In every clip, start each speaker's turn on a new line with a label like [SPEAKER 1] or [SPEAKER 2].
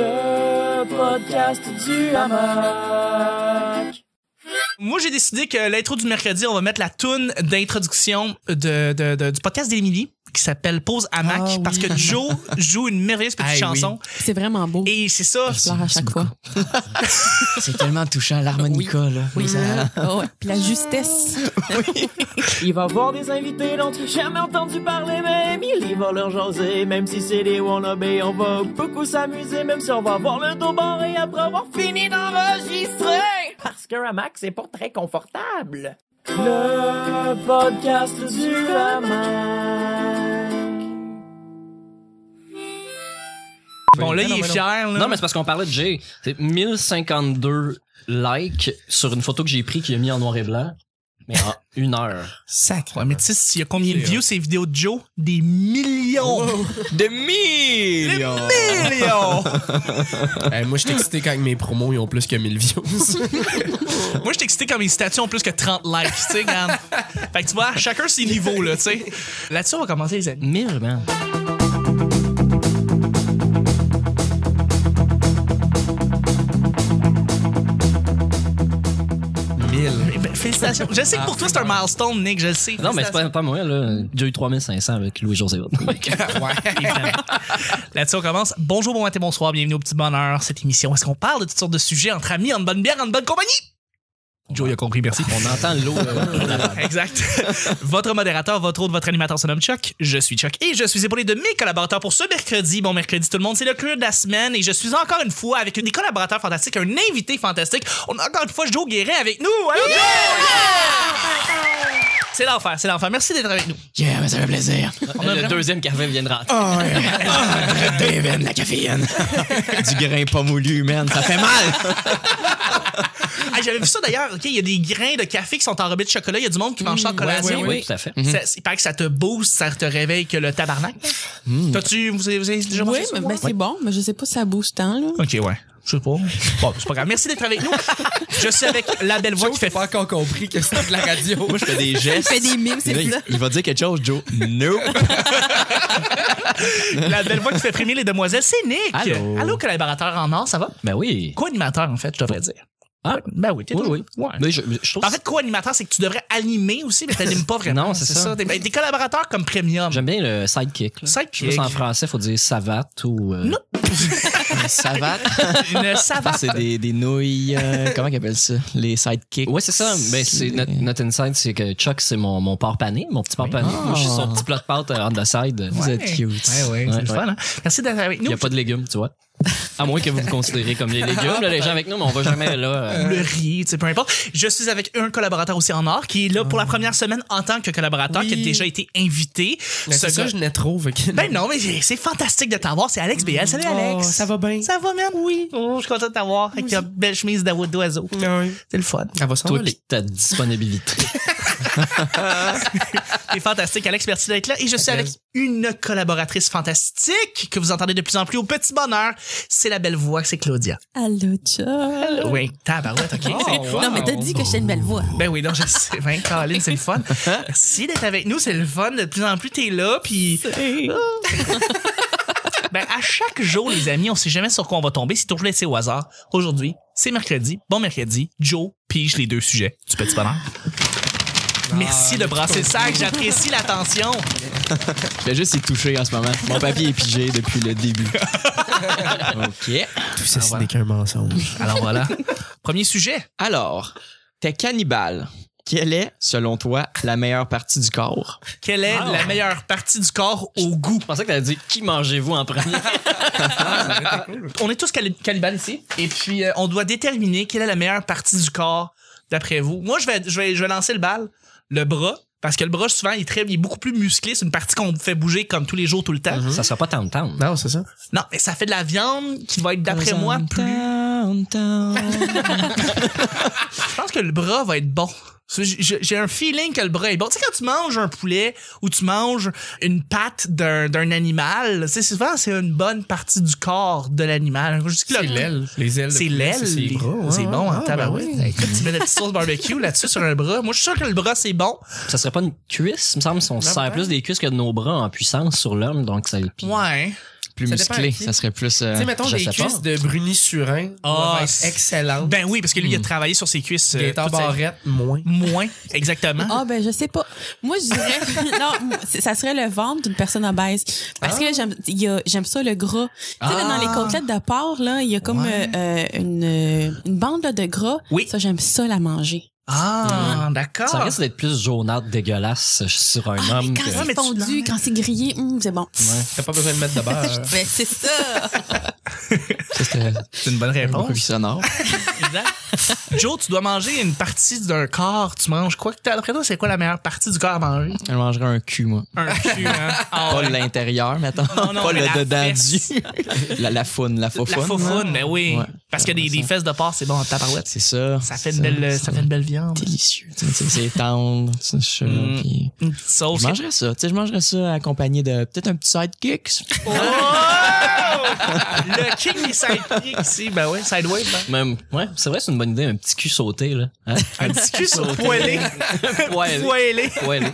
[SPEAKER 1] le podcast du hamac.
[SPEAKER 2] Moi, j'ai décidé que l'intro du mercredi, on va mettre la toune d'introduction de, de- de- du podcast d'Émilie qui s'appelle Pause à Mac
[SPEAKER 3] Ah oui.
[SPEAKER 2] parce que Joe joue une merveilleuse petite
[SPEAKER 3] Ah oui.
[SPEAKER 2] chanson.
[SPEAKER 4] C'est vraiment beau.
[SPEAKER 2] Et c'est ça.
[SPEAKER 4] je pleure à chaque fois.
[SPEAKER 3] C'est tellement touchant, l'harmonica, là. Ça-
[SPEAKER 4] Ah ouais. Puis la justesse.
[SPEAKER 1] Il va voir des invités dont tu n'as jamais entendu parler, mais il va leur jaser, même si c'est des wannabes, on va beaucoup s'amuser, même si on va avoir le dos barré après avoir fini d'enregistrer. Parce qu'un hamac, c'est pas très confortable. Le podcast du hamac.
[SPEAKER 2] Bon, là,
[SPEAKER 5] Non,
[SPEAKER 2] il est
[SPEAKER 5] mais non.
[SPEAKER 2] fier. là.
[SPEAKER 5] Non, mais c'est parce qu'on parlait de Jay. C'est 1052 likes sur une photo que j'ai prise qui est mise en noir et blanc, mais en une heure.
[SPEAKER 2] Sacre. Ouais, mais tu sais, s'il y a combien de
[SPEAKER 5] C'est
[SPEAKER 2] views ces vidéos de Joe? Des millions!
[SPEAKER 6] De millions!
[SPEAKER 2] Millions!
[SPEAKER 6] Eh, moi, je suis excité quand mes promos ils ont plus que 1000 views.
[SPEAKER 2] Moi, je suis excité quand mes statuts ont plus que 30 likes, tu sais, regarde. Fait que tu vois, chacun ses niveaux, là, tu sais. Là-dessus, on va commencer, les amis.
[SPEAKER 5] 1000, man.
[SPEAKER 2] Eh ben, félicitations. Je sais que pour toi, c'est un milestone, Nick, je le sais.
[SPEAKER 5] Non, mais c'est pas, pas moi, là. J'ai eu 3500 avec Louis-José Hood.
[SPEAKER 2] Là-dessus, on commence. Bonjour, bon matin, bonsoir, bienvenue au Petit Bonheur, cette émission. où Est-ce qu'on parle de toutes sortes de sujets entre amis, en bonne bière, en bonne compagnie? Joe, il a compris, merci.
[SPEAKER 5] On entend euh, l'eau. là.
[SPEAKER 2] Exact. votre modérateur, votre autre, votre animateur se nomme Chuck. Je suis Chuck et je suis épaulé de mes collaborateurs pour ce mercredi. Bon mercredi tout le monde, c'est le creux de la semaine et je suis encore une fois avec des collaborateurs fantastiques, un invité fantastique. On a encore une fois Joe Guérin avec nous. Allô, Joe! C'est l'enfer, c'est l'enfer. Merci d'être avec nous.
[SPEAKER 3] Yeah, mais ça fait plaisir.
[SPEAKER 2] On a
[SPEAKER 5] Le
[SPEAKER 2] vraiment-
[SPEAKER 5] deuxième café vient de rentrer.
[SPEAKER 3] Oh, ouais. Ah, David, la caféine. du grain pas moulu, man. Ça fait mal.
[SPEAKER 2] Ah, J'avais vu ça d'ailleurs. Ok, Il y a des grains de café qui sont enrobés de chocolat. Il y a du monde qui mange ça en collation.
[SPEAKER 5] Oui, oui, tout à fait.
[SPEAKER 2] Ça- il paraît que ça te booste, ça te réveille que le tabarnak.
[SPEAKER 5] Mm.
[SPEAKER 2] T'as-tu, vous avez, vous avez déjà
[SPEAKER 4] Oui,
[SPEAKER 2] mangé ça,
[SPEAKER 4] mais
[SPEAKER 2] vous?
[SPEAKER 4] ben, c'est bon, mais je sais pas si ça booste tant, là.
[SPEAKER 2] Ok, ouais. Je sais pas. Bon, c'est pas grave. Merci d'être avec nous. Je suis avec la belle voix qui fait.
[SPEAKER 6] pas encore compris que c'était de la radio.
[SPEAKER 3] Moi, je fais des gestes.
[SPEAKER 4] Fais des mimes,
[SPEAKER 3] Là,
[SPEAKER 4] c'est
[SPEAKER 3] il,
[SPEAKER 4] ça.
[SPEAKER 3] il va dire quelque chose, Joe. No.
[SPEAKER 2] La belle voix qui fait frimer les demoiselles, c'est Nick.
[SPEAKER 5] Allô.
[SPEAKER 2] collaborateur en or, ça va?
[SPEAKER 5] Ben oui.
[SPEAKER 2] Co-animateur, en fait, je devrais dire.
[SPEAKER 5] Ah.
[SPEAKER 2] Ben oui, t'es
[SPEAKER 5] Oui,
[SPEAKER 2] toujours-
[SPEAKER 5] oui.
[SPEAKER 2] Ouais.
[SPEAKER 5] Mais je, je trouve
[SPEAKER 2] En fait, co-animateur, c'est que tu devrais animer aussi, mais t'animes pas vraiment.
[SPEAKER 5] Non, c'est ça.
[SPEAKER 2] T'es ben, t'es collaborateur comme premium.
[SPEAKER 5] j'aime bien le sidekick. là. Je
[SPEAKER 2] Sidekick.
[SPEAKER 5] sais pas si en français, faut dire savate ou. euh,
[SPEAKER 2] Non.
[SPEAKER 3] Ça va.
[SPEAKER 2] Une savate.
[SPEAKER 3] C'est des, des nouilles. euh, comment ils appellent ça? Les sidekicks.
[SPEAKER 5] Ouais, c'est ça. Ben, c'est notre, notre inside, c'est que Chuck, c'est mon, mon porc pané, mon petit porc pané. Moi, je suis son petit plat de pâte euh, on the side.
[SPEAKER 3] Vous
[SPEAKER 2] Ouais.
[SPEAKER 3] êtes cute.
[SPEAKER 2] Ouais, ouais, c'est
[SPEAKER 5] Ouais,
[SPEAKER 2] le
[SPEAKER 5] ouais.
[SPEAKER 2] fun, hein. Merci d'être avec
[SPEAKER 5] Il
[SPEAKER 2] nous.
[SPEAKER 5] n'y a pas de légumes, tu vois. À moins que vous vous considérez comme des légumes, là, les gens avec nous, mais on va jamais là. euh,
[SPEAKER 2] le riz, tu sais, peu importe. Je suis avec un collaborateur aussi en or qui est là pour la première semaine en tant que collaborateur,
[SPEAKER 6] Ah. Oui.
[SPEAKER 2] qui a déjà été invité.
[SPEAKER 6] Mais
[SPEAKER 2] Ce
[SPEAKER 6] C'est ça,
[SPEAKER 2] gars-
[SPEAKER 6] je n'ai trop. fait que-
[SPEAKER 2] Ben non, mais j'ai- c'est fantastique de t'avoir. C'est Alex BL. Salut Alex.
[SPEAKER 6] Oh, ça va bien.
[SPEAKER 2] Ça va, même? Oui. Oh, je suis content de t'avoir avec ta belle chemise d'avo- d'oiseau.
[SPEAKER 6] Ouais.
[SPEAKER 2] C'est le fun.
[SPEAKER 6] Ça va
[SPEAKER 5] Toi
[SPEAKER 6] s'envoler.
[SPEAKER 5] pis ta disponibilité.
[SPEAKER 2] C'est fantastique. Alex, merci d'être là. Et je suis avec une collaboratrice fantastique que vous entendez de plus en plus au petit bonheur. C'est la belle voix, c'est Claudia.
[SPEAKER 4] Allô, ciao.
[SPEAKER 2] Oui, tabarouette, OK.
[SPEAKER 6] Oh.
[SPEAKER 2] C'est-
[SPEAKER 4] Non, mais t'as dit que j'étais une belle voix.
[SPEAKER 2] Ben oui, non, je sais. Ben, Caroline, c'est le fun. Merci d'être avec nous, c'est le fun. De plus en plus, t'es là, puis... Ah. Ben, à chaque jour, les amis, on sait jamais sur quoi on va tomber. C'est toujours laissé au hasard. Aujourd'hui, c'est mercredi. Bon mercredi. Joe pige les deux sujets du petit bonheur. Merci de brasser le sac. J'apprécie l'attention.
[SPEAKER 3] Je vais juste y toucher en ce moment. Mon papier est pigé depuis le début. OK.
[SPEAKER 6] Tout
[SPEAKER 5] Ah,
[SPEAKER 6] ça, ce n'est qu'un mensonge.
[SPEAKER 2] Alors voilà. Premier sujet.
[SPEAKER 3] Alors, t'es cannibale. Quelle est, selon toi, la meilleure partie du corps?
[SPEAKER 2] Quelle est la meilleure partie du corps au goût?
[SPEAKER 5] Je pensais que t'allais dire qui mangez-vous en premier.
[SPEAKER 2] On est tous cali- cannibales ici. Et puis, euh, on doit déterminer quelle est la meilleure partie du corps, d'après vous. Moi, je vais, je, vais, je vais lancer le bal, le bras, parce que le bras, souvent, il est, très, il est beaucoup plus musclé. C'est une partie qu'on fait bouger comme tous les jours, tout le temps.
[SPEAKER 6] Uh-huh.
[SPEAKER 5] Ça sera pas tant de temps.
[SPEAKER 6] Non, c'est ça.
[SPEAKER 2] Non, mais ça fait de la viande qui va être, d'après moi, plus. Je pense que le bras va être bon. J- j- J'ai un feeling que le bras est bon. Tu sais, quand tu manges un poulet ou tu manges une patte d'un d'un animal, c'est souvent c'est une bonne partie du corps de l'animal. Jusque-là,
[SPEAKER 6] C'est l'aile. Les ailes. de
[SPEAKER 2] C'est
[SPEAKER 6] poulet,
[SPEAKER 2] l'aile.
[SPEAKER 6] C'est hein.
[SPEAKER 2] les-
[SPEAKER 6] les bras, ouais,
[SPEAKER 2] C'est bon
[SPEAKER 6] ouais,
[SPEAKER 3] Ah,
[SPEAKER 2] en
[SPEAKER 3] ben
[SPEAKER 6] ouais,
[SPEAKER 2] tabarouette.
[SPEAKER 6] ouais.
[SPEAKER 2] Hey, tu mets la petite sauce barbecue là-dessus sur un bras. Moi, je suis sûr que le bras, c'est bon.
[SPEAKER 5] Ça serait pas une cuisse, il me semble, si on se sert plus des cuisses que de nos bras en puissance sur l'homme, donc ça. puis
[SPEAKER 2] Ouais.
[SPEAKER 3] Puis plus
[SPEAKER 6] Ça dépend à
[SPEAKER 3] musclé.
[SPEAKER 6] qui.
[SPEAKER 3] Ça serait plus. euh,
[SPEAKER 6] Tu sais, mettons,
[SPEAKER 3] je
[SPEAKER 6] les
[SPEAKER 3] sais pas.
[SPEAKER 6] cuisses de Bruni Surin
[SPEAKER 2] Ah,
[SPEAKER 6] doivent être
[SPEAKER 2] c'est-
[SPEAKER 6] excellentes.
[SPEAKER 2] Ben oui, parce que lui,
[SPEAKER 3] Hmm.
[SPEAKER 2] il a travaillé sur ses cuisses. euh,
[SPEAKER 6] Gaëtan
[SPEAKER 2] toute sa-
[SPEAKER 6] Barrette, moins.
[SPEAKER 2] Moins, exactement.
[SPEAKER 4] Ah, ben, je sais pas. Moi, je dirais. non, moi, c'est- ça serait le ventre d'une personne obèse. Parce
[SPEAKER 3] Ah.
[SPEAKER 4] que j'aime il y a- j'aime ça, le gras. Tu sais, là, dans les côtelettes de porc, là, il y a comme euh, euh, une, euh, une bande là, de gras.
[SPEAKER 2] Oui.
[SPEAKER 4] Ça, j'aime ça, la manger.
[SPEAKER 2] Ah, d'accord.
[SPEAKER 5] Ça risque d'être plus jaunâtre, dégueulasse sur un
[SPEAKER 4] Ah,
[SPEAKER 5] homme
[SPEAKER 4] mais quand
[SPEAKER 5] que.
[SPEAKER 2] Ouais, mais tu
[SPEAKER 4] c'est fondu,
[SPEAKER 2] l'enlèves.
[SPEAKER 4] quand c'est grillé, hum, c'est bon.
[SPEAKER 6] T'as pas besoin de mettre de beurre.
[SPEAKER 4] Ben, c'est ça.
[SPEAKER 3] Ça, c'était
[SPEAKER 2] C'est une bonne
[SPEAKER 3] un
[SPEAKER 2] réponse.
[SPEAKER 3] bruit sonore.
[SPEAKER 2] Exact. Joe, tu dois manger une partie d'un corps. Tu manges quoi que t'as après toi? C'est quoi la meilleure partie du corps à manger?
[SPEAKER 3] Elle mangerait un cul, moi.
[SPEAKER 2] Un cul, hein? Ah
[SPEAKER 3] Pas
[SPEAKER 2] ouais.
[SPEAKER 3] l'intérieur, mettons.
[SPEAKER 2] Non, non,
[SPEAKER 3] pas
[SPEAKER 2] mais
[SPEAKER 3] le
[SPEAKER 2] la
[SPEAKER 3] dedans
[SPEAKER 2] fesse.
[SPEAKER 3] du. La, la faune, la
[SPEAKER 2] La
[SPEAKER 3] faufoune.
[SPEAKER 2] faufoune,
[SPEAKER 3] hein.
[SPEAKER 2] ben oui.
[SPEAKER 3] Ouais,
[SPEAKER 2] Parce que des, des fesses de porc, c'est bon en taparouette.
[SPEAKER 3] C'est ça.
[SPEAKER 2] Ça fait,
[SPEAKER 3] c'est
[SPEAKER 2] une belle, euh, ça
[SPEAKER 3] c'est
[SPEAKER 2] fait une belle viande.
[SPEAKER 3] Délicieux. Tu sais, C'est tendre. tu sais, je suis là,
[SPEAKER 2] Mm.
[SPEAKER 3] puis-
[SPEAKER 2] Une petite sauce.
[SPEAKER 3] Je mangerais ça. Tu sais, je mangerais ça accompagné de peut-être un petit sidekick.
[SPEAKER 2] Oh! le king des sidekicks ici. Ben ouais, sideway. Ben.
[SPEAKER 5] Même, ouais, c'est vrai, c'est une bonne idée, un petit cul sauté, là. Hein?
[SPEAKER 2] Un petit cul sur poêlé.
[SPEAKER 5] Poêlé.
[SPEAKER 2] Poêlé.
[SPEAKER 5] Ouais, là.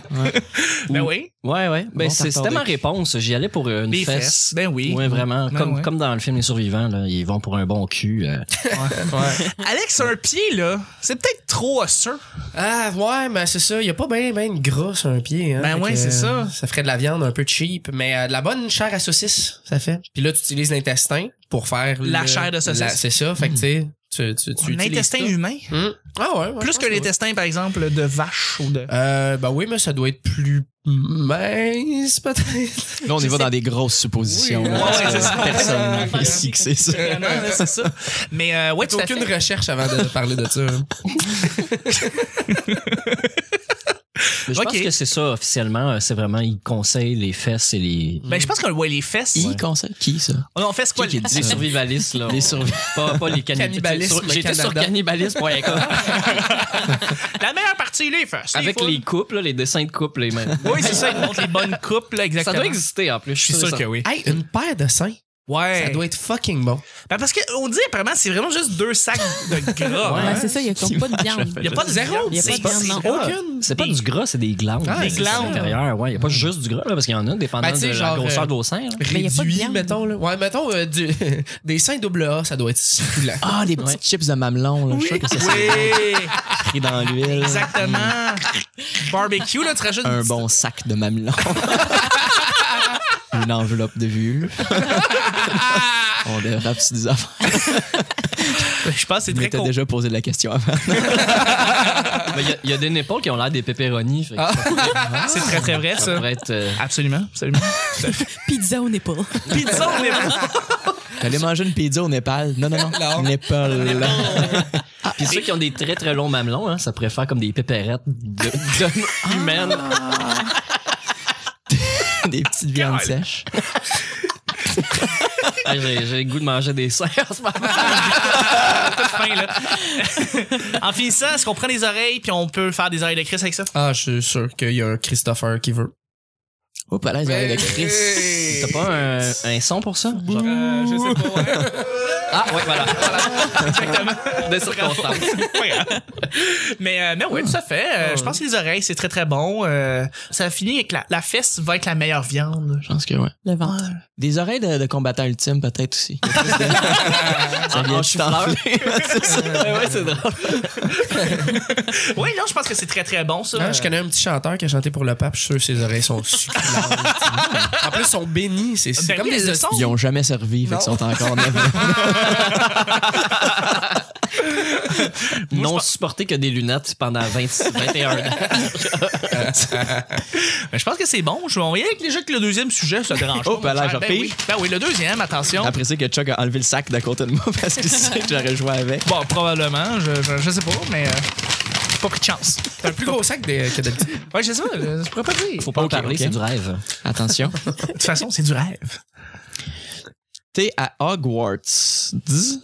[SPEAKER 2] Ben oui.
[SPEAKER 5] ouais, ouais. Ben,
[SPEAKER 3] Bon
[SPEAKER 5] c'est- c'était
[SPEAKER 3] tartare
[SPEAKER 5] ma
[SPEAKER 3] de cul.
[SPEAKER 5] réponse. J'y allais pour euh, une
[SPEAKER 2] Les
[SPEAKER 5] fesse.
[SPEAKER 2] fesses. Ben oui.
[SPEAKER 5] Ouais, vraiment.
[SPEAKER 2] Ben
[SPEAKER 5] comme,
[SPEAKER 2] ouais.
[SPEAKER 5] comme dans le film Les Survivants, là, ils vont pour un bon cul. euh.
[SPEAKER 6] Ouais.
[SPEAKER 2] Alex, un pied, là, c'est peut-être trop osseux.
[SPEAKER 6] Ah, ouais, mais c'est ça. Y a pas ben, ben une grosse un pied. Hein,
[SPEAKER 2] Ben
[SPEAKER 6] Fait
[SPEAKER 2] ouais,
[SPEAKER 6] que,
[SPEAKER 2] c'est
[SPEAKER 6] euh,
[SPEAKER 2] ça.
[SPEAKER 6] Ça ferait de la viande un peu cheap, mais euh, de la bonne chair à saucisse, ça fait. Puis là, tu utilises l'intestin pour faire.
[SPEAKER 2] La
[SPEAKER 6] le-
[SPEAKER 2] chair de saucisse. Hmm.
[SPEAKER 6] la- C'est ça. Fait que, tu sais, tu, tu, tu utilises
[SPEAKER 2] L'intestin
[SPEAKER 6] ça.
[SPEAKER 2] humain.
[SPEAKER 6] Hmm. Ah, ouais. ouais, je
[SPEAKER 2] Plus
[SPEAKER 6] pense
[SPEAKER 2] que l'intestin, par exemple, de vache ou de.
[SPEAKER 6] oui. Euh, ben oui, mais ça doit être plus mince, peut-être.
[SPEAKER 3] Là, on y va dans des grosses suppositions.
[SPEAKER 6] Oui.
[SPEAKER 3] là,
[SPEAKER 6] Ouais,
[SPEAKER 3] parce que
[SPEAKER 2] c'est ça.
[SPEAKER 3] personne n'a ici que c'est ça.
[SPEAKER 2] Euh, non, mais c'est ça. Mais euh, ouais, tout à
[SPEAKER 6] Aucune
[SPEAKER 2] fait.
[SPEAKER 6] recherche avant de parler de ça. hein.
[SPEAKER 5] Mais je
[SPEAKER 2] Ok.
[SPEAKER 5] pense que c'est ça, officiellement. euh, C'est vraiment, ils conseillent les fesses et les.
[SPEAKER 2] Ben, je pense qu'on voit les fesses.
[SPEAKER 3] Qui conseille? Qui, ça?
[SPEAKER 2] On on fait ce quoi
[SPEAKER 3] Qui qui dit
[SPEAKER 5] Les
[SPEAKER 3] ça?
[SPEAKER 5] survivalistes, là.
[SPEAKER 3] Les survi-
[SPEAKER 5] Pas, pas les cannibalistes.
[SPEAKER 6] Cannibalisme
[SPEAKER 5] Sur- J'étais sur
[SPEAKER 6] Canada.
[SPEAKER 5] cannibalisme.com.
[SPEAKER 2] La meilleure partie, les fesses. les
[SPEAKER 5] Avec
[SPEAKER 2] fous.
[SPEAKER 5] les couples, là, les dessins de couples, les mêmes.
[SPEAKER 2] Oui, c'est ça, ils montrent les bonnes coupes, là,
[SPEAKER 5] Ça
[SPEAKER 2] exactement.
[SPEAKER 5] doit exister en plus. Je
[SPEAKER 2] Je suis sûr que oui.
[SPEAKER 6] Hey, une paire de seins,
[SPEAKER 2] Ouais.
[SPEAKER 6] ça doit être fucking bon.
[SPEAKER 2] Ben, parce qu'on dit apparemment, c'est vraiment juste deux sacs de gras.
[SPEAKER 4] Ben,
[SPEAKER 2] hein.
[SPEAKER 4] c'est ça, il y a comme pas de viande.
[SPEAKER 2] Il n'y a pas de
[SPEAKER 6] Zéro.
[SPEAKER 4] Il y a pas
[SPEAKER 2] C'est-
[SPEAKER 4] de viande,
[SPEAKER 2] c'est
[SPEAKER 4] non.
[SPEAKER 2] gras.
[SPEAKER 5] C'est pas du gras, c'est des glandes.
[SPEAKER 6] Ah,
[SPEAKER 5] Des
[SPEAKER 6] c'est
[SPEAKER 5] glandes.
[SPEAKER 6] ça.
[SPEAKER 5] à l'intérieur, ouais. Il n'y a pas juste du gras, là, parce qu'il y en a, dépendant
[SPEAKER 6] Ben, tu sais,
[SPEAKER 5] de
[SPEAKER 6] genre,
[SPEAKER 5] la grosseur
[SPEAKER 6] euh,
[SPEAKER 5] de vos seins. là.
[SPEAKER 4] Mais y a pas de
[SPEAKER 6] Réduit,
[SPEAKER 4] viande.
[SPEAKER 6] mettons. Là. Ouais, mettons, euh, du- des seins double A, ça doit être succulent.
[SPEAKER 3] Ah, les petites chips de mamelon, là. Je suis sûr que ça s'est
[SPEAKER 2] Oui,
[SPEAKER 3] pris dans l'huile.
[SPEAKER 2] exactement. Barbecue, là, tu rajoutes une
[SPEAKER 3] Un
[SPEAKER 2] petite-
[SPEAKER 3] bon sac de mamelon. Une enveloppe de vulve. on dérape sur des affaires.
[SPEAKER 2] Je pense que c'est
[SPEAKER 3] Je
[SPEAKER 2] très
[SPEAKER 3] m'étais
[SPEAKER 2] con.
[SPEAKER 3] déjà posé la question avant.
[SPEAKER 5] Mais Il Ben, y a- il y, a des nipples qui ont l'air des pépéronis. fait que
[SPEAKER 2] C'est très, très vrai,
[SPEAKER 5] Ça
[SPEAKER 2] ça.
[SPEAKER 5] pourrait être. euh,
[SPEAKER 2] Absolument, absolument.
[SPEAKER 4] Pizza au Népal.
[SPEAKER 2] Pizza, on est
[SPEAKER 3] T'allais manger une pizza au Népal? Non, non, non. Népal. Ah.
[SPEAKER 5] Puis ceux qui ont des très très longs mamelons, hein, ça pourrait faire comme des pépérettes de,
[SPEAKER 3] Ah.
[SPEAKER 5] de- humaines.
[SPEAKER 3] Des petites viandes sèches.
[SPEAKER 5] Ah, J'ai j'ai le goût de manger des seins en ce moment.
[SPEAKER 2] fin, là. en finissant, est-ce qu'on prend des oreilles puis on peut faire des oreilles de Chris avec ça?
[SPEAKER 6] Ah, je suis sûr qu'il y a un Christopher qui veut.
[SPEAKER 3] Oh, pas là, les oreilles de Chris.
[SPEAKER 6] Hey.
[SPEAKER 5] T'as pas un, un son pour ça? Ben Genre-
[SPEAKER 2] Euh, je sais pas.
[SPEAKER 5] Ah ouais, voilà.
[SPEAKER 2] Exactement.
[SPEAKER 5] De circonstance.
[SPEAKER 2] Ouais. hein. mais, euh, mais oui, tout à fait. Euh, je pense que les oreilles, c'est très, très bon. Euh, ça finit avec la, la fesse va être la meilleure viande.
[SPEAKER 3] Je pense que ouais.
[SPEAKER 4] Le ventre.
[SPEAKER 3] Des oreilles de, de combattant ultime, peut-être aussi. ça vient
[SPEAKER 5] en
[SPEAKER 3] de t'enfler. C'est ça.
[SPEAKER 5] ouais, c'est drôle.
[SPEAKER 2] Oui, non, je pense que c'est très, très bon, ça.
[SPEAKER 6] Ah, je connais un petit chanteur qui a chanté pour le pape. Je suis sûr que ses oreilles sont succulentes. en plus, sont bénies. C'est c'est
[SPEAKER 2] Ben
[SPEAKER 6] comme
[SPEAKER 2] oui,
[SPEAKER 6] des
[SPEAKER 2] elles le sont.
[SPEAKER 3] Ils ont jamais servi, fait qu'ils sont encore neufs.
[SPEAKER 5] Non supporté que des lunettes pendant 26, 21 ans.
[SPEAKER 2] Mais Euh, je pense que c'est bon. Je vais en aller avec déjà que le deuxième sujet, ça te dérange
[SPEAKER 3] Oh,
[SPEAKER 2] pas.
[SPEAKER 3] ben là,
[SPEAKER 2] mon cher.
[SPEAKER 3] je
[SPEAKER 2] ben,
[SPEAKER 3] repige.
[SPEAKER 2] oui. Ben oui, le deuxième, attention.
[SPEAKER 3] Apprécié que Chuck a enlevé le sac d'à côté de moi parce que c'est que j'aurais joué avec.
[SPEAKER 2] Bon, probablement, je, je, je sais pas, mais euh, j'ai pas pris de chance.
[SPEAKER 6] T'as un plus gros sac de- que d'habitude.
[SPEAKER 2] Ouais, je sais pas, je, je pourrais pas dire.
[SPEAKER 5] Faut pas
[SPEAKER 3] Ok,
[SPEAKER 5] en parler,
[SPEAKER 3] ok.
[SPEAKER 5] c'est du rêve.
[SPEAKER 3] Attention.
[SPEAKER 2] De toute façon, c'est du rêve.
[SPEAKER 3] T'es à Hogwarts. Dis.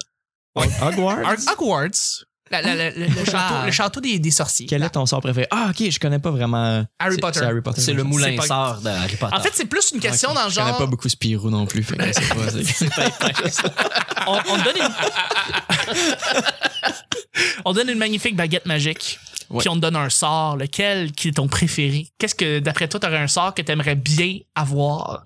[SPEAKER 3] Hogwarts?
[SPEAKER 2] Ar- Hogwarts, la- la- la- le, le château, le château des, des sorciers.
[SPEAKER 3] Quel est ton sort préféré? Ah, ok, je connais pas vraiment.
[SPEAKER 2] Harry
[SPEAKER 3] c'est-
[SPEAKER 2] Potter.
[SPEAKER 3] C'est Harry Potter.
[SPEAKER 5] C'est le
[SPEAKER 3] Ok,
[SPEAKER 5] moulin
[SPEAKER 2] pas-
[SPEAKER 5] sort de Harry Potter.
[SPEAKER 2] En fait, c'est plus une question dans le
[SPEAKER 3] Je connais
[SPEAKER 2] genre.
[SPEAKER 3] pas beaucoup Spirou non plus, fait que c'est pas. c'est-
[SPEAKER 2] On, on te donne une... on te donne une magnifique baguette magique.
[SPEAKER 3] Ouais.
[SPEAKER 2] puis on te donne un sort, lequel qui est ton préféré? Qu'est-ce que, d'après toi, t'aurais un sort que t'aimerais bien avoir?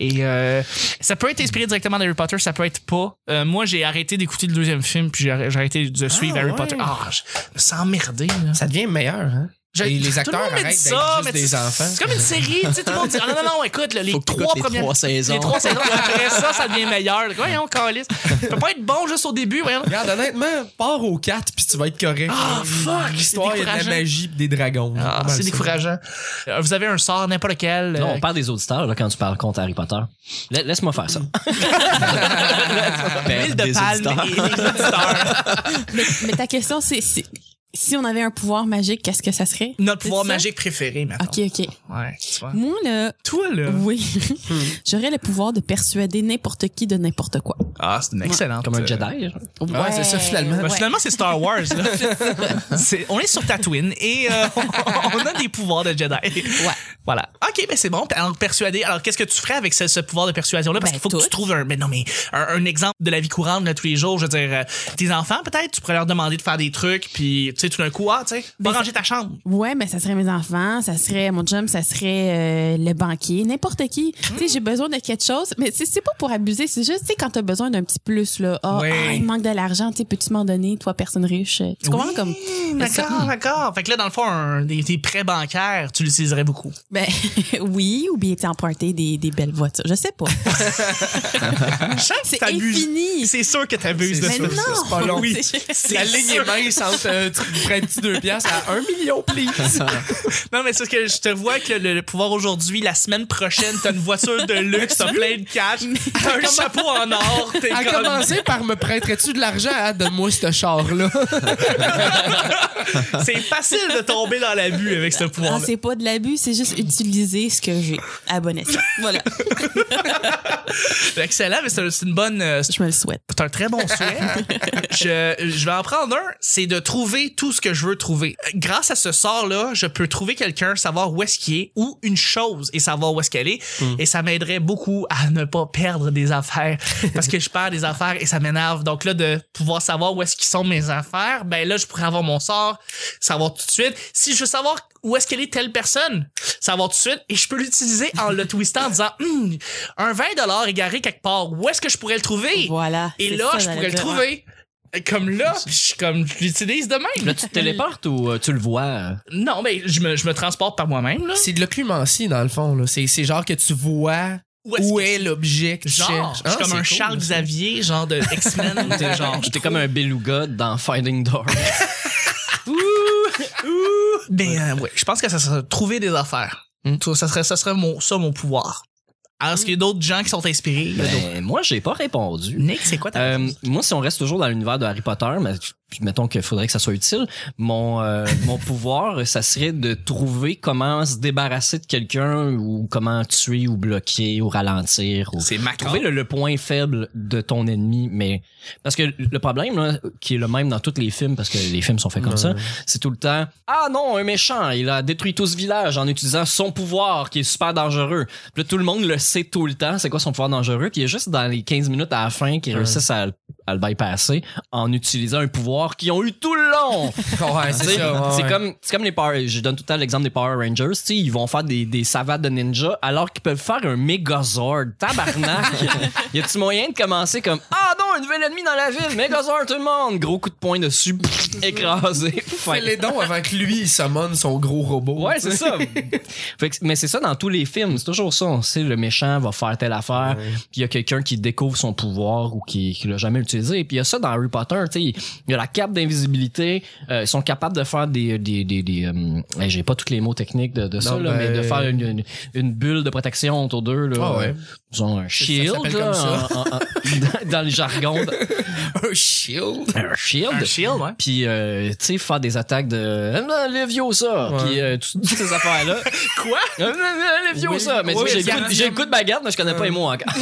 [SPEAKER 2] Et euh, ça peut être inspiré directement d'Harry Potter, ça peut être pas. Euh, moi, j'ai arrêté d'écouter le deuxième film, puis j'ai arr- j'ai arrêté de suivre
[SPEAKER 6] Ah,
[SPEAKER 2] Harry
[SPEAKER 6] ouais.
[SPEAKER 2] Potter. Ah, je me sens emmerdé, là.
[SPEAKER 6] Ça devient meilleur, hein?
[SPEAKER 2] Je-
[SPEAKER 6] Et les
[SPEAKER 2] Tout le
[SPEAKER 6] acteurs
[SPEAKER 2] monde me dit
[SPEAKER 6] arrêtent d'être
[SPEAKER 2] ça, mais
[SPEAKER 6] juste des
[SPEAKER 2] c'est-
[SPEAKER 6] enfants.
[SPEAKER 2] C'est comme une série, tu sais, tout le monde dit, ah non, non, non, écoute, là, les
[SPEAKER 3] Faut que t'écoutes
[SPEAKER 2] trois
[SPEAKER 3] les
[SPEAKER 2] premières...
[SPEAKER 3] trois saisons.
[SPEAKER 2] Les trois saisons, après ça, ça devient meilleur. Voyons, calice. Ça peut pas être bon juste au début, voyons.
[SPEAKER 6] Regarde, honnêtement, pars aux 4 puis tu vas être correct.
[SPEAKER 2] Ah, fuck,
[SPEAKER 6] L'histoire,
[SPEAKER 2] c'est
[SPEAKER 6] il y a de
[SPEAKER 2] décourageant.
[SPEAKER 6] la magie pis des dragons.
[SPEAKER 2] Ah,
[SPEAKER 6] Pas mal
[SPEAKER 2] c'est
[SPEAKER 6] ça.
[SPEAKER 2] décourageant. Euh, Vous avez un sort, n'importe lequel.
[SPEAKER 5] Non,
[SPEAKER 2] euh,
[SPEAKER 5] on parle des auditeurs là, quand tu parles contre Harry Potter. La- Laisse-moi faire ça.
[SPEAKER 2] l'huile de
[SPEAKER 3] des
[SPEAKER 2] palme
[SPEAKER 3] auditeurs.
[SPEAKER 2] et les auditeurs.
[SPEAKER 4] Mais, mais ta question, c'est si, si on avait un pouvoir magique, qu'est-ce que ça serait?
[SPEAKER 2] Notre
[SPEAKER 4] C'est
[SPEAKER 2] pouvoir
[SPEAKER 4] ça?
[SPEAKER 2] magique préféré, maintenant.
[SPEAKER 4] OK, OK.
[SPEAKER 2] Ouais, tu vois.
[SPEAKER 4] Moi, là,
[SPEAKER 2] Toi, là.
[SPEAKER 4] oui, j'aurais le pouvoir de persuader n'importe qui de n'importe quoi.
[SPEAKER 2] Ah, c'est une excellente.
[SPEAKER 5] Comme un
[SPEAKER 2] euh,
[SPEAKER 5] Jedi. genre.
[SPEAKER 6] Ouais, c'est ça, finalement.
[SPEAKER 2] Ben,
[SPEAKER 4] Ouais.
[SPEAKER 2] Finalement, c'est Star Wars. Là. C'est- on est sur Tatooine et euh, on a des pouvoirs de Jedi. Voilà. OK, ben c'est bon. Alors, persuader. Alors, qu'est-ce que tu ferais avec ce, ce pouvoir de persuasion-là? Parce
[SPEAKER 4] Ben,
[SPEAKER 2] qu'il faut que tu
[SPEAKER 4] tout.
[SPEAKER 2] trouves un, mais non, mais un, un exemple de la vie courante de tous les jours. Je veux dire, euh, tes enfants, peut-être, tu pourrais leur demander de faire des trucs, puis, tu sais, tout d'un coup, ah, tu sais, va
[SPEAKER 4] Ben,
[SPEAKER 2] ranger ta chambre.
[SPEAKER 4] Ouais, mais ça serait mes enfants, ça serait mon chum, ça serait euh, le banquier, n'importe qui. Tu sais, j'ai besoin de quelque chose, mais c'est- c'est pas pour abuser, c'est juste, tu sais, quand t'as besoin d'un petit plus, là, Ah,
[SPEAKER 2] Ouais.
[SPEAKER 4] ah, il manque de l'argent, tu sais, peux-tu m'en donner, toi, personne riche? Tu comprends?
[SPEAKER 2] Oui,
[SPEAKER 4] Comme,
[SPEAKER 2] D'accord, d'accord. Fait que là, dans le fond, un- des, des prêts bancaires, tu l'utiliserais beaucoup.
[SPEAKER 4] ben, oui, ou bien, tu sais, emprunter des, des belles voitures, je sais pas.
[SPEAKER 2] Je sens que
[SPEAKER 4] Ah, C'est
[SPEAKER 2] t'abuses.
[SPEAKER 4] infini.
[SPEAKER 2] C'est sûr que t'abuses de
[SPEAKER 4] Mais
[SPEAKER 2] ça.
[SPEAKER 4] non!
[SPEAKER 2] C'est pas long.
[SPEAKER 4] Oui.
[SPEAKER 6] La ligne est mince entre euh, tu prends un petit 2 piastres à 1 million, please.
[SPEAKER 2] Non, mais c'est parce que je te vois que le, le pouvoir aujourd'hui, la semaine prochaine, t'as une voiture de luxe, t'as plein de cash, t'as un chapeau en or, t'es
[SPEAKER 6] À
[SPEAKER 2] comme-
[SPEAKER 6] commencer par me prêterais-tu de l'argent? Ah, Donne-moi ce char-là.
[SPEAKER 2] C'est facile de tomber dans l'abus avec ce
[SPEAKER 4] Ah,
[SPEAKER 2] pouvoir.
[SPEAKER 4] c'est pas de l'abus, c'est juste utiliser ce que j'ai à bon escient. Voilà,
[SPEAKER 2] Excellent, mais c'est un- c'est une bonne. euh,
[SPEAKER 4] je me le souhaite.
[SPEAKER 2] C'est un très bon souhait. je, je vais en prendre un, c'est de trouver tout ce que je veux trouver. Euh, Grâce à ce sort-là, je peux trouver quelqu'un, savoir où est-ce qu'il est, ou une chose, et savoir où est-ce qu'elle est. Et ça m'aiderait beaucoup à ne pas perdre des affaires. Parce que je perds des affaires et ça m'énerve. Donc là, de pouvoir savoir où est-ce qu'ils sont mes affaires, ben là, je pourrais avoir mon sort, savoir tout de suite. Si je veux savoir où est-ce qu'elle est telle personne, savoir tout de suite, et je peux l'utiliser en le twistant en disant, Hmm, un 20 égaré quelque part, où est-ce que je pourrais le trouver?
[SPEAKER 4] Voilà.
[SPEAKER 2] Et
[SPEAKER 4] c'est
[SPEAKER 2] là,
[SPEAKER 4] ça,
[SPEAKER 2] je
[SPEAKER 4] j'allais
[SPEAKER 2] pourrais le
[SPEAKER 4] dire.
[SPEAKER 2] trouver. Comme là, puis je, comme je l'utilise de même.
[SPEAKER 5] Là, tu te téléportes ou euh, tu le vois? euh?
[SPEAKER 2] Non, mais je me, je me transporte par moi-même. là.
[SPEAKER 6] C'est de l'occlumentie, dans le fond. là. C'est c'est genre que tu vois
[SPEAKER 2] Où est-ce
[SPEAKER 6] où
[SPEAKER 2] que-
[SPEAKER 6] est l'objet que tu
[SPEAKER 2] Genre,
[SPEAKER 6] cherches.
[SPEAKER 2] je suis
[SPEAKER 6] Ah,
[SPEAKER 2] comme un
[SPEAKER 6] c'est cool,
[SPEAKER 2] Charles
[SPEAKER 6] ça.
[SPEAKER 2] Xavier, genre de X-Men. de genre,
[SPEAKER 5] J'étais comme un beluga dans Finding Dory.
[SPEAKER 2] Ben euh, ouais, je pense que ça serait trouver des affaires. Ça ça serait, ça serait mon, ça mon pouvoir. Alors, est-ce qu'il y a d'autres gens qui sont inspirés? Il y a d'autres-
[SPEAKER 5] Ben, moi, j'ai pas répondu.
[SPEAKER 2] Euh, Nick, c'est quoi ta
[SPEAKER 5] Euh, moi, si on reste toujours dans l'univers de Harry Potter, mais puis mettons qu'il faudrait que ça soit utile, mon euh, mon pouvoir, ça serait de trouver comment se débarrasser de quelqu'un ou comment tuer ou bloquer ou ralentir. Ou...
[SPEAKER 2] C'est macabre.
[SPEAKER 5] Trouver le, le point faible de ton ennemi, mais parce que le problème là, qui est le même dans tous les films, parce que les films sont faits comme ça, c'est tout le temps ah non un méchant, il a détruit tout ce village en utilisant son pouvoir qui est super dangereux. Puis là, tout le monde le sait tout le temps, c'est quoi son pouvoir dangereux, puis il est juste dans les 15 minutes à la fin qu'ils réussissent à, le- à le bypasser en utilisant un pouvoir qu'ils ont eu tout le long.
[SPEAKER 2] Ah,
[SPEAKER 6] Ouais,
[SPEAKER 5] Tu sais,
[SPEAKER 6] c'est ça. ouais,
[SPEAKER 5] c'est
[SPEAKER 6] ouais.
[SPEAKER 5] comme c'est comme les Power je donne tout le temps l'exemple des Power Rangers tu sais, ils vont faire des, des savates de ninja alors qu'ils peuvent faire un Megazord tabarnak y a-tu moyen de commencer comme ah non un nouvel ennemi dans la ville Megazord tout le monde gros coup de poing dessus pff, écrasé Fin.
[SPEAKER 6] Fais les dons avant que lui, il summone son gros robot.
[SPEAKER 5] Ouais, c'est ça. Fait que- mais c'est ça dans tous les films. C'est toujours ça. On sait le méchant va faire telle affaire. Puis il y a quelqu'un qui découvre son pouvoir ou qui, qui l'a jamais utilisé. Puis il y a ça dans Harry Potter. tu sais. Il y a la cape d'invisibilité. Euh, ils sont capables de faire des. des, des, des, euh, hey, J'ai pas tous les mots techniques de, de ça, là,
[SPEAKER 6] ben-
[SPEAKER 5] mais de faire une, une, une bulle de protection autour d'eux. là.
[SPEAKER 6] Ah ouais.
[SPEAKER 5] Ils ont un shield.
[SPEAKER 6] s'appelle
[SPEAKER 5] là,
[SPEAKER 6] comme ça.
[SPEAKER 5] en- en- en- dans, dans le jargon.
[SPEAKER 6] Un shield.
[SPEAKER 5] Un shield
[SPEAKER 2] Un shield, ouais.
[SPEAKER 5] puis euh, tu sais faire des attaques de euh, le vieux ça
[SPEAKER 6] Ouais.
[SPEAKER 5] puis euh, tout- toutes ces affaires là
[SPEAKER 2] Quoi?
[SPEAKER 5] le vieux ça mais tu sais,
[SPEAKER 6] Oui,
[SPEAKER 5] j'ai
[SPEAKER 6] le
[SPEAKER 5] le goût-
[SPEAKER 6] gardien.
[SPEAKER 5] j'ai le goût de bagarre mais je connais pas les mots encore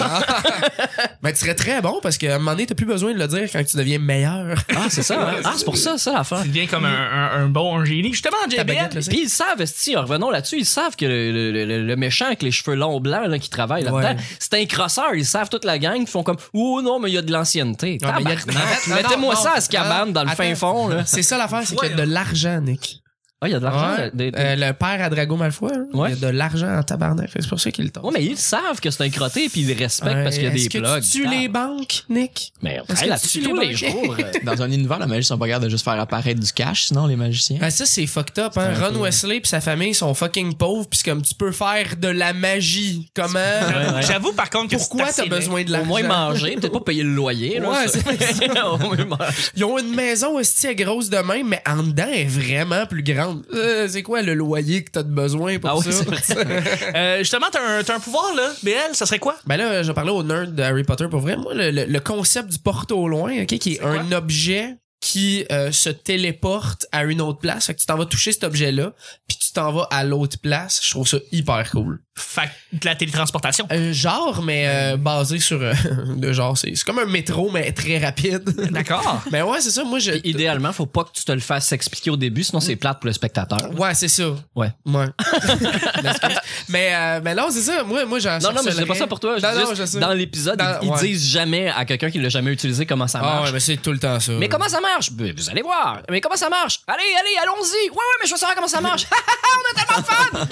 [SPEAKER 6] Mais tu serais très bon parce qu'à un moment donné, t'as plus besoin de le dire quand tu deviens meilleur.
[SPEAKER 5] ah c'est ça hein? ah c'est pour ça ça l'affaire
[SPEAKER 2] Tu deviens comme un, un- un bon un génie. Justement, JBL,
[SPEAKER 6] baguette, là, c'est-
[SPEAKER 5] puis ils savent, si, revenons là-dessus, ils savent que le, le- le- le méchant avec les cheveux longs blancs là, qui travaille là-dedans,
[SPEAKER 6] Ouais.
[SPEAKER 5] c'est un crosseur. Ils savent toute la gang, ils font comme, oh non, mais il y a de l'ancienneté.
[SPEAKER 6] Ouais, mais il y a-
[SPEAKER 5] Tabarnak.
[SPEAKER 6] Non, non,
[SPEAKER 5] Mettez-moi
[SPEAKER 6] non,
[SPEAKER 5] ça à
[SPEAKER 6] non,
[SPEAKER 5] ce cabane dans le
[SPEAKER 6] attends.
[SPEAKER 5] fin fond. Là.
[SPEAKER 6] C'est ça l'affaire, c'est qu'il y a de l'argent, Nick.
[SPEAKER 5] Ah, il y a de l'argent.
[SPEAKER 6] Ouais.
[SPEAKER 5] des- des-
[SPEAKER 6] Euh, le père à Drago Malfoy, là,
[SPEAKER 5] Ouais.
[SPEAKER 6] il y a de l'argent en tabarnak. C'est pour ça qu'il le tombe. Euh,
[SPEAKER 5] Ouais, mais ils savent que c'est un crotté puis ils le respectent parce qu'il y a des
[SPEAKER 6] Est-ce que
[SPEAKER 5] plugs.
[SPEAKER 6] Tu tues les banques, Nick?
[SPEAKER 5] Mais on
[SPEAKER 6] Est-ce
[SPEAKER 5] travaille
[SPEAKER 6] que
[SPEAKER 5] là-dessus
[SPEAKER 6] tu
[SPEAKER 5] tous
[SPEAKER 6] les
[SPEAKER 5] les
[SPEAKER 6] banques?
[SPEAKER 5] jours. euh.
[SPEAKER 3] Dans un univers, les magiciens sont pas capables de juste faire apparaître du cash, sinon les magiciens.
[SPEAKER 6] Ah, ça, c'est fucked up, hein.
[SPEAKER 3] C'est un
[SPEAKER 6] Ron
[SPEAKER 3] peu-
[SPEAKER 6] Wesley pis sa famille sont fucking pauvres pis c'est comme tu peux faire de la magie. Comment?
[SPEAKER 5] ouais. hein.
[SPEAKER 2] J'avoue, par contre, que
[SPEAKER 6] Pourquoi
[SPEAKER 2] c'est
[SPEAKER 6] t'as
[SPEAKER 2] assez
[SPEAKER 6] besoin de
[SPEAKER 5] Au moins
[SPEAKER 6] l'argent?
[SPEAKER 5] manger, peut-être pas payer le loyer. Là,
[SPEAKER 6] Ouais,
[SPEAKER 5] ça. Au moins manger.
[SPEAKER 6] Ils ont une maison aussi grosse de même, mais en dedans elle est vraiment plus grande. Euh, c'est quoi le loyer que t'as de besoin pour
[SPEAKER 5] Ah oui,
[SPEAKER 6] ça?
[SPEAKER 5] c'est
[SPEAKER 2] laid. Euh, justement, t'as un, t'as un pouvoir, là, BL, ça serait quoi?
[SPEAKER 6] Ben là, je parlais au nerd de Harry Potter pour vrai. Moi, le, le- le concept du porte au loin, ok, qui est,
[SPEAKER 2] quoi?
[SPEAKER 6] un objet qui euh, se téléporte à une autre place. Fait que tu t'en vas toucher cet objet-là, puis tu t'en vas à l'autre place. Je trouve ça hyper cool.
[SPEAKER 2] Fait que de la télétransportation.
[SPEAKER 6] Euh, genre, mais euh, basé sur euh, de genre, c'est c'est comme un métro mais très rapide.
[SPEAKER 2] D'accord.
[SPEAKER 6] ben ouais, c'est ça. Moi, je.
[SPEAKER 5] Puis Idéalement, faut pas que tu te le fasses expliquer au début, sinon c'est plate pour le spectateur.
[SPEAKER 6] Ouais, c'est ça.
[SPEAKER 5] Ouais.
[SPEAKER 6] Ouais. M'excuse. mais euh, mais non, c'est ça. Moi, moi, j'en
[SPEAKER 5] Non, non, mais c'est pas ça pour toi.
[SPEAKER 6] Non,
[SPEAKER 5] je dis
[SPEAKER 6] non,
[SPEAKER 5] juste,
[SPEAKER 6] je sais.
[SPEAKER 5] dans l'épisode,
[SPEAKER 6] Dans-
[SPEAKER 5] ils, ils
[SPEAKER 6] ouais.
[SPEAKER 5] disent jamais à quelqu'un qui l'a jamais utilisé comment ça
[SPEAKER 6] Ah
[SPEAKER 5] marche.
[SPEAKER 6] ouais, mais euh, c'est tout le temps ça.
[SPEAKER 5] Mais comment ça marche? Ben, Vous allez voir. Mais comment ça marche? Allez, allez, allons-y. Ouais, ouais, mais je veux savoir comment ça marche.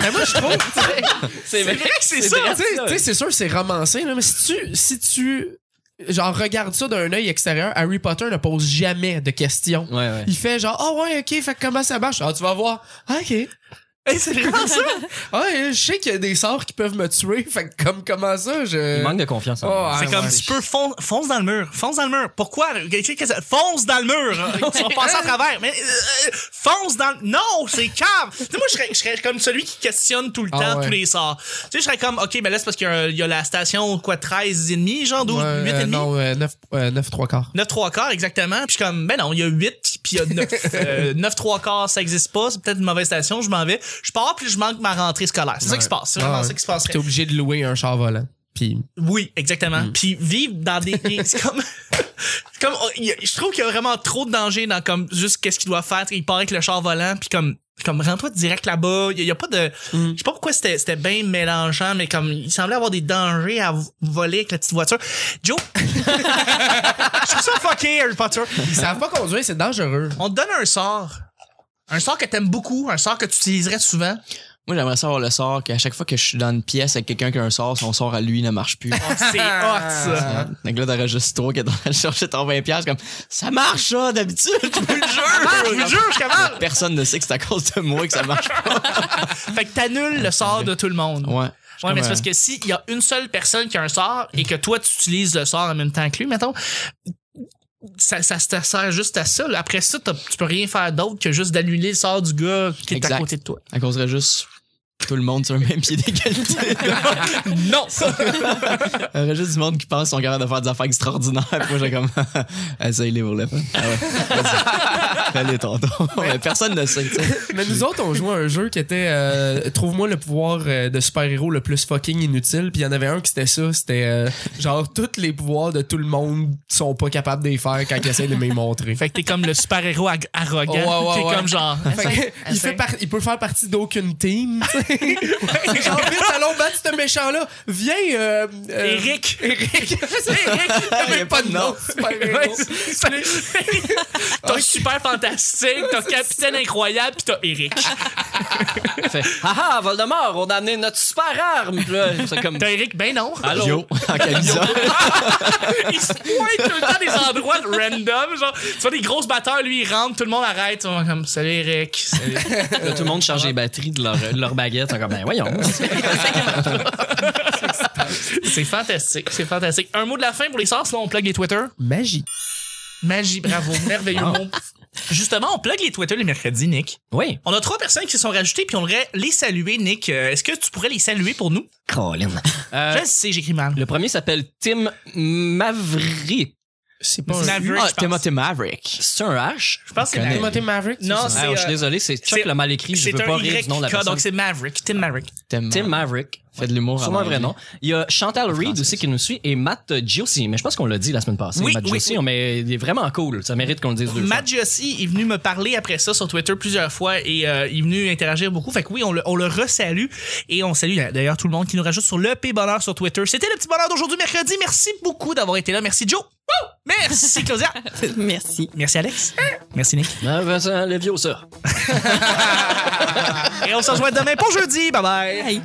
[SPEAKER 6] Mais moi, je trouve. tu sais,
[SPEAKER 5] c'est vrai.
[SPEAKER 2] que c'est
[SPEAKER 5] C'est
[SPEAKER 2] ça.
[SPEAKER 5] vrai.
[SPEAKER 6] Tu sais, tu sais, c'est sûr, c'est romancé, là, mais si tu, si tu, genre, regardes ça d'un œil extérieur, Harry Potter ne pose jamais de questions.
[SPEAKER 5] Ouais, ouais.
[SPEAKER 6] Il fait genre, ah ouais, ok, fait que comment ça marche? Ah, tu vas voir. Ah, ok.
[SPEAKER 2] Hey, c'est vraiment ça.
[SPEAKER 6] Ah, ouais, je sais qu'il y a des sorts qui peuvent me tuer, fait que comme, comment ça, je.
[SPEAKER 5] Il manque de confiance. en
[SPEAKER 6] Oh,
[SPEAKER 5] moi.
[SPEAKER 6] ah,
[SPEAKER 2] C'est comme,
[SPEAKER 6] ouais.
[SPEAKER 2] tu peux fon- fonce dans le mur, fonce dans le mur. Pourquoi? Qu'est-ce que ça- Fonce dans le mur. Ils sont passés à travers. Mais euh, euh, fonce dans. le- Non, c'est cave. Tu sais, moi, je serais, je serais comme celui qui questionne tout le
[SPEAKER 6] Ah
[SPEAKER 2] temps
[SPEAKER 6] ouais.
[SPEAKER 2] tous les sorts. Tu sais, je serais comme, ok, mais là, c'est parce qu'il y, a un- il y a la station quoi, 13 et demi, genre 12,
[SPEAKER 6] Ouais,
[SPEAKER 2] 8
[SPEAKER 6] euh,
[SPEAKER 2] et demi.
[SPEAKER 6] Non, 9, 3 quarts.
[SPEAKER 2] 9 3 quarts exactement. Puis je suis comme ben non, il y a 8 puis il y a 9. Euh, 9 3 quarts, ça existe pas, c'est peut-être une mauvaise station, je m'en vais. Je pars puis je manque ma rentrée scolaire. C'est ça qui se passe, c'est vraiment
[SPEAKER 6] Ah,
[SPEAKER 2] ça qui se passerait.
[SPEAKER 6] T'es obligé de louer un char volant. Puis,
[SPEAKER 2] Oui, exactement. Puis vivre dans des c'est comme c'est comme oh, il y a- je trouve qu'il y a vraiment trop de danger dans comme juste qu'est-ce qu'il doit faire, il part avec le char volant puis comme comme rends-toi direct là-bas, il y, a- il y a pas de je sais pas pourquoi c'était c'était bien mélangeant mais comme il semblait avoir des dangers à vo- voler avec la petite voiture. Joe Je trouve ça fucké Harry Potter.
[SPEAKER 6] ils savent pas conduire, c'est dangereux.
[SPEAKER 2] On te donne un sort. Un sort que t'aimes beaucoup, un sort que tu utiliserais souvent.
[SPEAKER 3] Moi, j'aimerais savoir le sort qu'à chaque fois que je suis dans une pièce avec quelqu'un qui a un sort, son sort à lui ne marche plus.
[SPEAKER 2] C'est hot, ça.
[SPEAKER 3] Ah. Donc là, t'aurais juste toi qui est en train de chercher ton 20$ piastres, comme ça marche ça d'habitude, je vous le
[SPEAKER 2] Ah, je vous le
[SPEAKER 3] jure.
[SPEAKER 2] jure, je cavale.
[SPEAKER 3] Personne ne sait que c'est à cause de moi que ça marche pas.
[SPEAKER 2] Fait que t'annules le sort de tout le monde.
[SPEAKER 3] Ouais.
[SPEAKER 2] Ouais, mais c'est
[SPEAKER 3] Comme, euh,
[SPEAKER 2] parce que s'il y a une seule personne qui a un sort et que toi, tu utilises le sort en même temps que lui, mettons, ça, ça te sert juste à ça. là. Après ça, t'as- tu peux rien faire d'autre que juste d'annuler le sort du gars qui est à
[SPEAKER 3] Exact.
[SPEAKER 2] côté de toi.
[SPEAKER 3] euh, On causerait juste tout le monde sur le même pied d'égalité.
[SPEAKER 2] Non!
[SPEAKER 3] Il y aurait juste du monde qui pense qu'ils sont capables de faire des affaires extraordinaires. Puis moi, j'ai comme, essaye-les pour le fun. Ah ouais. Vas-y. Fais-les, tonton. Mais Personne ne sait, tu sais.
[SPEAKER 6] Mais nous autres, on jouait à un jeu qui était euh, Trouve-moi le pouvoir euh, de super-héros le plus fucking inutile. Puis il y en avait un qui c'était ça. C'était euh, genre tous les pouvoirs de tout le monde sont pas capables de les faire quand ils essaient de me les montrer.
[SPEAKER 2] Fait que t'es comme le super-héros ag- arrogant.
[SPEAKER 6] Ouais, ouais,
[SPEAKER 2] t'es
[SPEAKER 6] ouais.
[SPEAKER 2] comme genre.
[SPEAKER 6] Fait que, il, fait par- il peut faire partie d'aucune team. tu sais. genre, vite, allons battre ce méchant-là. Viens. Euh, euh,
[SPEAKER 2] Eric!
[SPEAKER 6] Eric.
[SPEAKER 3] Il y a pas de nom.
[SPEAKER 6] super-héros.
[SPEAKER 2] T'as super fantastique, t'as capitaine incroyable, pis t'as Eric.
[SPEAKER 6] Ah.
[SPEAKER 5] Fait, haha, Voldemort, on a amené notre super arme. Puis là, C'est comme.
[SPEAKER 2] T'as Eric, ben non.
[SPEAKER 5] Allô?
[SPEAKER 3] Yo, en camisole.
[SPEAKER 2] Il se pointe tout le temps des endroits random. Genre, tu vois des grosses batteurs, lui, il rentre, tout le monde arrête. Ils sont comme, salut Eric. Salut.
[SPEAKER 5] Là, tout le monde change les batteries de leur, euh, de leur baguette. Ils sont comme, ben voyons.
[SPEAKER 2] C'est fantastique, c'est fantastique. Un mot de la fin pour les sorts, sinon on plug les Twitter.
[SPEAKER 6] Magie.
[SPEAKER 2] Magie, bravo, merveilleux mot. Justement, on plug les Twitter les mercredis, Nick.
[SPEAKER 5] Oui.
[SPEAKER 2] On a trois personnes qui se sont rajoutées, puis on voudrait les saluer, Nick. Euh, Est-ce que tu pourrais les saluer pour nous? Euh,
[SPEAKER 5] Colin.
[SPEAKER 2] Je le sais, j'écris mal.
[SPEAKER 5] le premier s'appelle Tim Maverick.
[SPEAKER 6] C'est pas un.
[SPEAKER 2] Maverick,
[SPEAKER 3] Ah,
[SPEAKER 2] je pense.
[SPEAKER 3] Timothy Maverick.
[SPEAKER 5] C'est un H.
[SPEAKER 2] Je pense que c'est
[SPEAKER 3] Connais.
[SPEAKER 2] Maverick.
[SPEAKER 6] Timothy Maverick. c'est
[SPEAKER 2] Non,
[SPEAKER 6] ça?
[SPEAKER 2] c'est-
[SPEAKER 5] Ah, je suis
[SPEAKER 2] euh,
[SPEAKER 5] désolé, c'est Chuck
[SPEAKER 2] c'est-
[SPEAKER 5] l'a mal écrit. Je
[SPEAKER 2] C'est
[SPEAKER 5] veux pas
[SPEAKER 2] un
[SPEAKER 5] rire
[SPEAKER 2] Y,
[SPEAKER 5] du nom de la personne.
[SPEAKER 2] donc c'est Maverick, Tim Maverick.
[SPEAKER 5] Tim Maverick.
[SPEAKER 3] Fait de l'humour.
[SPEAKER 5] Sûrement un vrai nom. Il y a Chantal Reed
[SPEAKER 3] français,
[SPEAKER 5] aussi qui nous suit et Matt Giossi. Mais je pense qu'on l'a dit la semaine passée.
[SPEAKER 2] Oui,
[SPEAKER 5] Matt
[SPEAKER 2] oui,
[SPEAKER 5] Giossi,
[SPEAKER 2] oui.
[SPEAKER 5] on- mais il est vraiment cool. Ça mérite qu'on le dise deux fois.
[SPEAKER 2] Matt Giossi est venu me parler après ça sur Twitter plusieurs fois et euh, il est venu interagir beaucoup. Fait que oui, on le, on le resalue et on salue d'ailleurs tout le monde qui nous rajoute sur le P Bonheur sur Twitter. C'était le petit bonheur d'aujourd'hui mercredi. Merci beaucoup d'avoir été là. Merci Joe. Wouh! Merci, Claudia.
[SPEAKER 4] Merci.
[SPEAKER 2] Merci, Alex. Merci, Nick.
[SPEAKER 5] Ah, Vincent Leviosa.
[SPEAKER 2] Et on se rejoint demain pour jeudi. Bye bye.
[SPEAKER 4] Bye.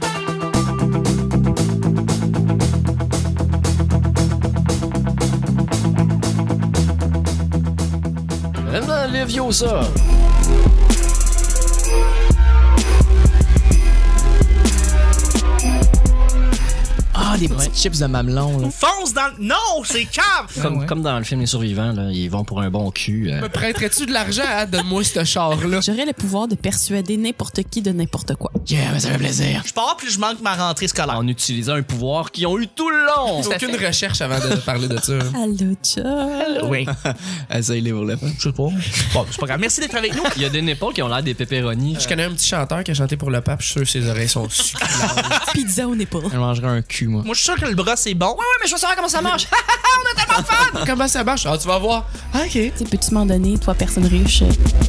[SPEAKER 5] Vincent Leviosa.
[SPEAKER 3] Ah, des petites chips de mamelon, là.
[SPEAKER 2] Fonce dans le... Non, c'est cave!
[SPEAKER 5] Comme, comme dans le film Les Survivants, là, ils vont pour un bon cul. euh.
[SPEAKER 6] Me prêterais-tu de l'argent? hein? Donne-moi ce char-là.
[SPEAKER 4] J'aurais le pouvoir de persuader n'importe qui de n'importe quoi.
[SPEAKER 3] Yeah, mais ça fait plaisir.
[SPEAKER 2] Je pars, puis je manque ma rentrée scolaire.
[SPEAKER 5] en utilisant un pouvoir qu'ils ont eu tout le long.
[SPEAKER 6] Aucune recherche avant de parler de ça.
[SPEAKER 4] Allô, Joe.
[SPEAKER 2] Oui,
[SPEAKER 3] Essayez-les pour le fun.
[SPEAKER 2] je sais pas. Bon, c'est pas grave. Merci d'être avec nous.
[SPEAKER 5] Il y a des népaux qui ont l'air des pépéronis.
[SPEAKER 6] Je connais un petit chanteur qui a chanté pour le pape. Je suis sûr que ses oreilles sont
[SPEAKER 4] Pizza au nipple.
[SPEAKER 3] Je mangerai un cul, moi.
[SPEAKER 2] Moi, je suis sûr que le bras, c'est bon. Ouais, ouais, mais je veux savoir comment ça marche.
[SPEAKER 6] Comment ça marche? Ah, tu vas voir. Ah, OK.
[SPEAKER 4] Tu sais, Peux-tu m'en donner, toi, personne riche? euh,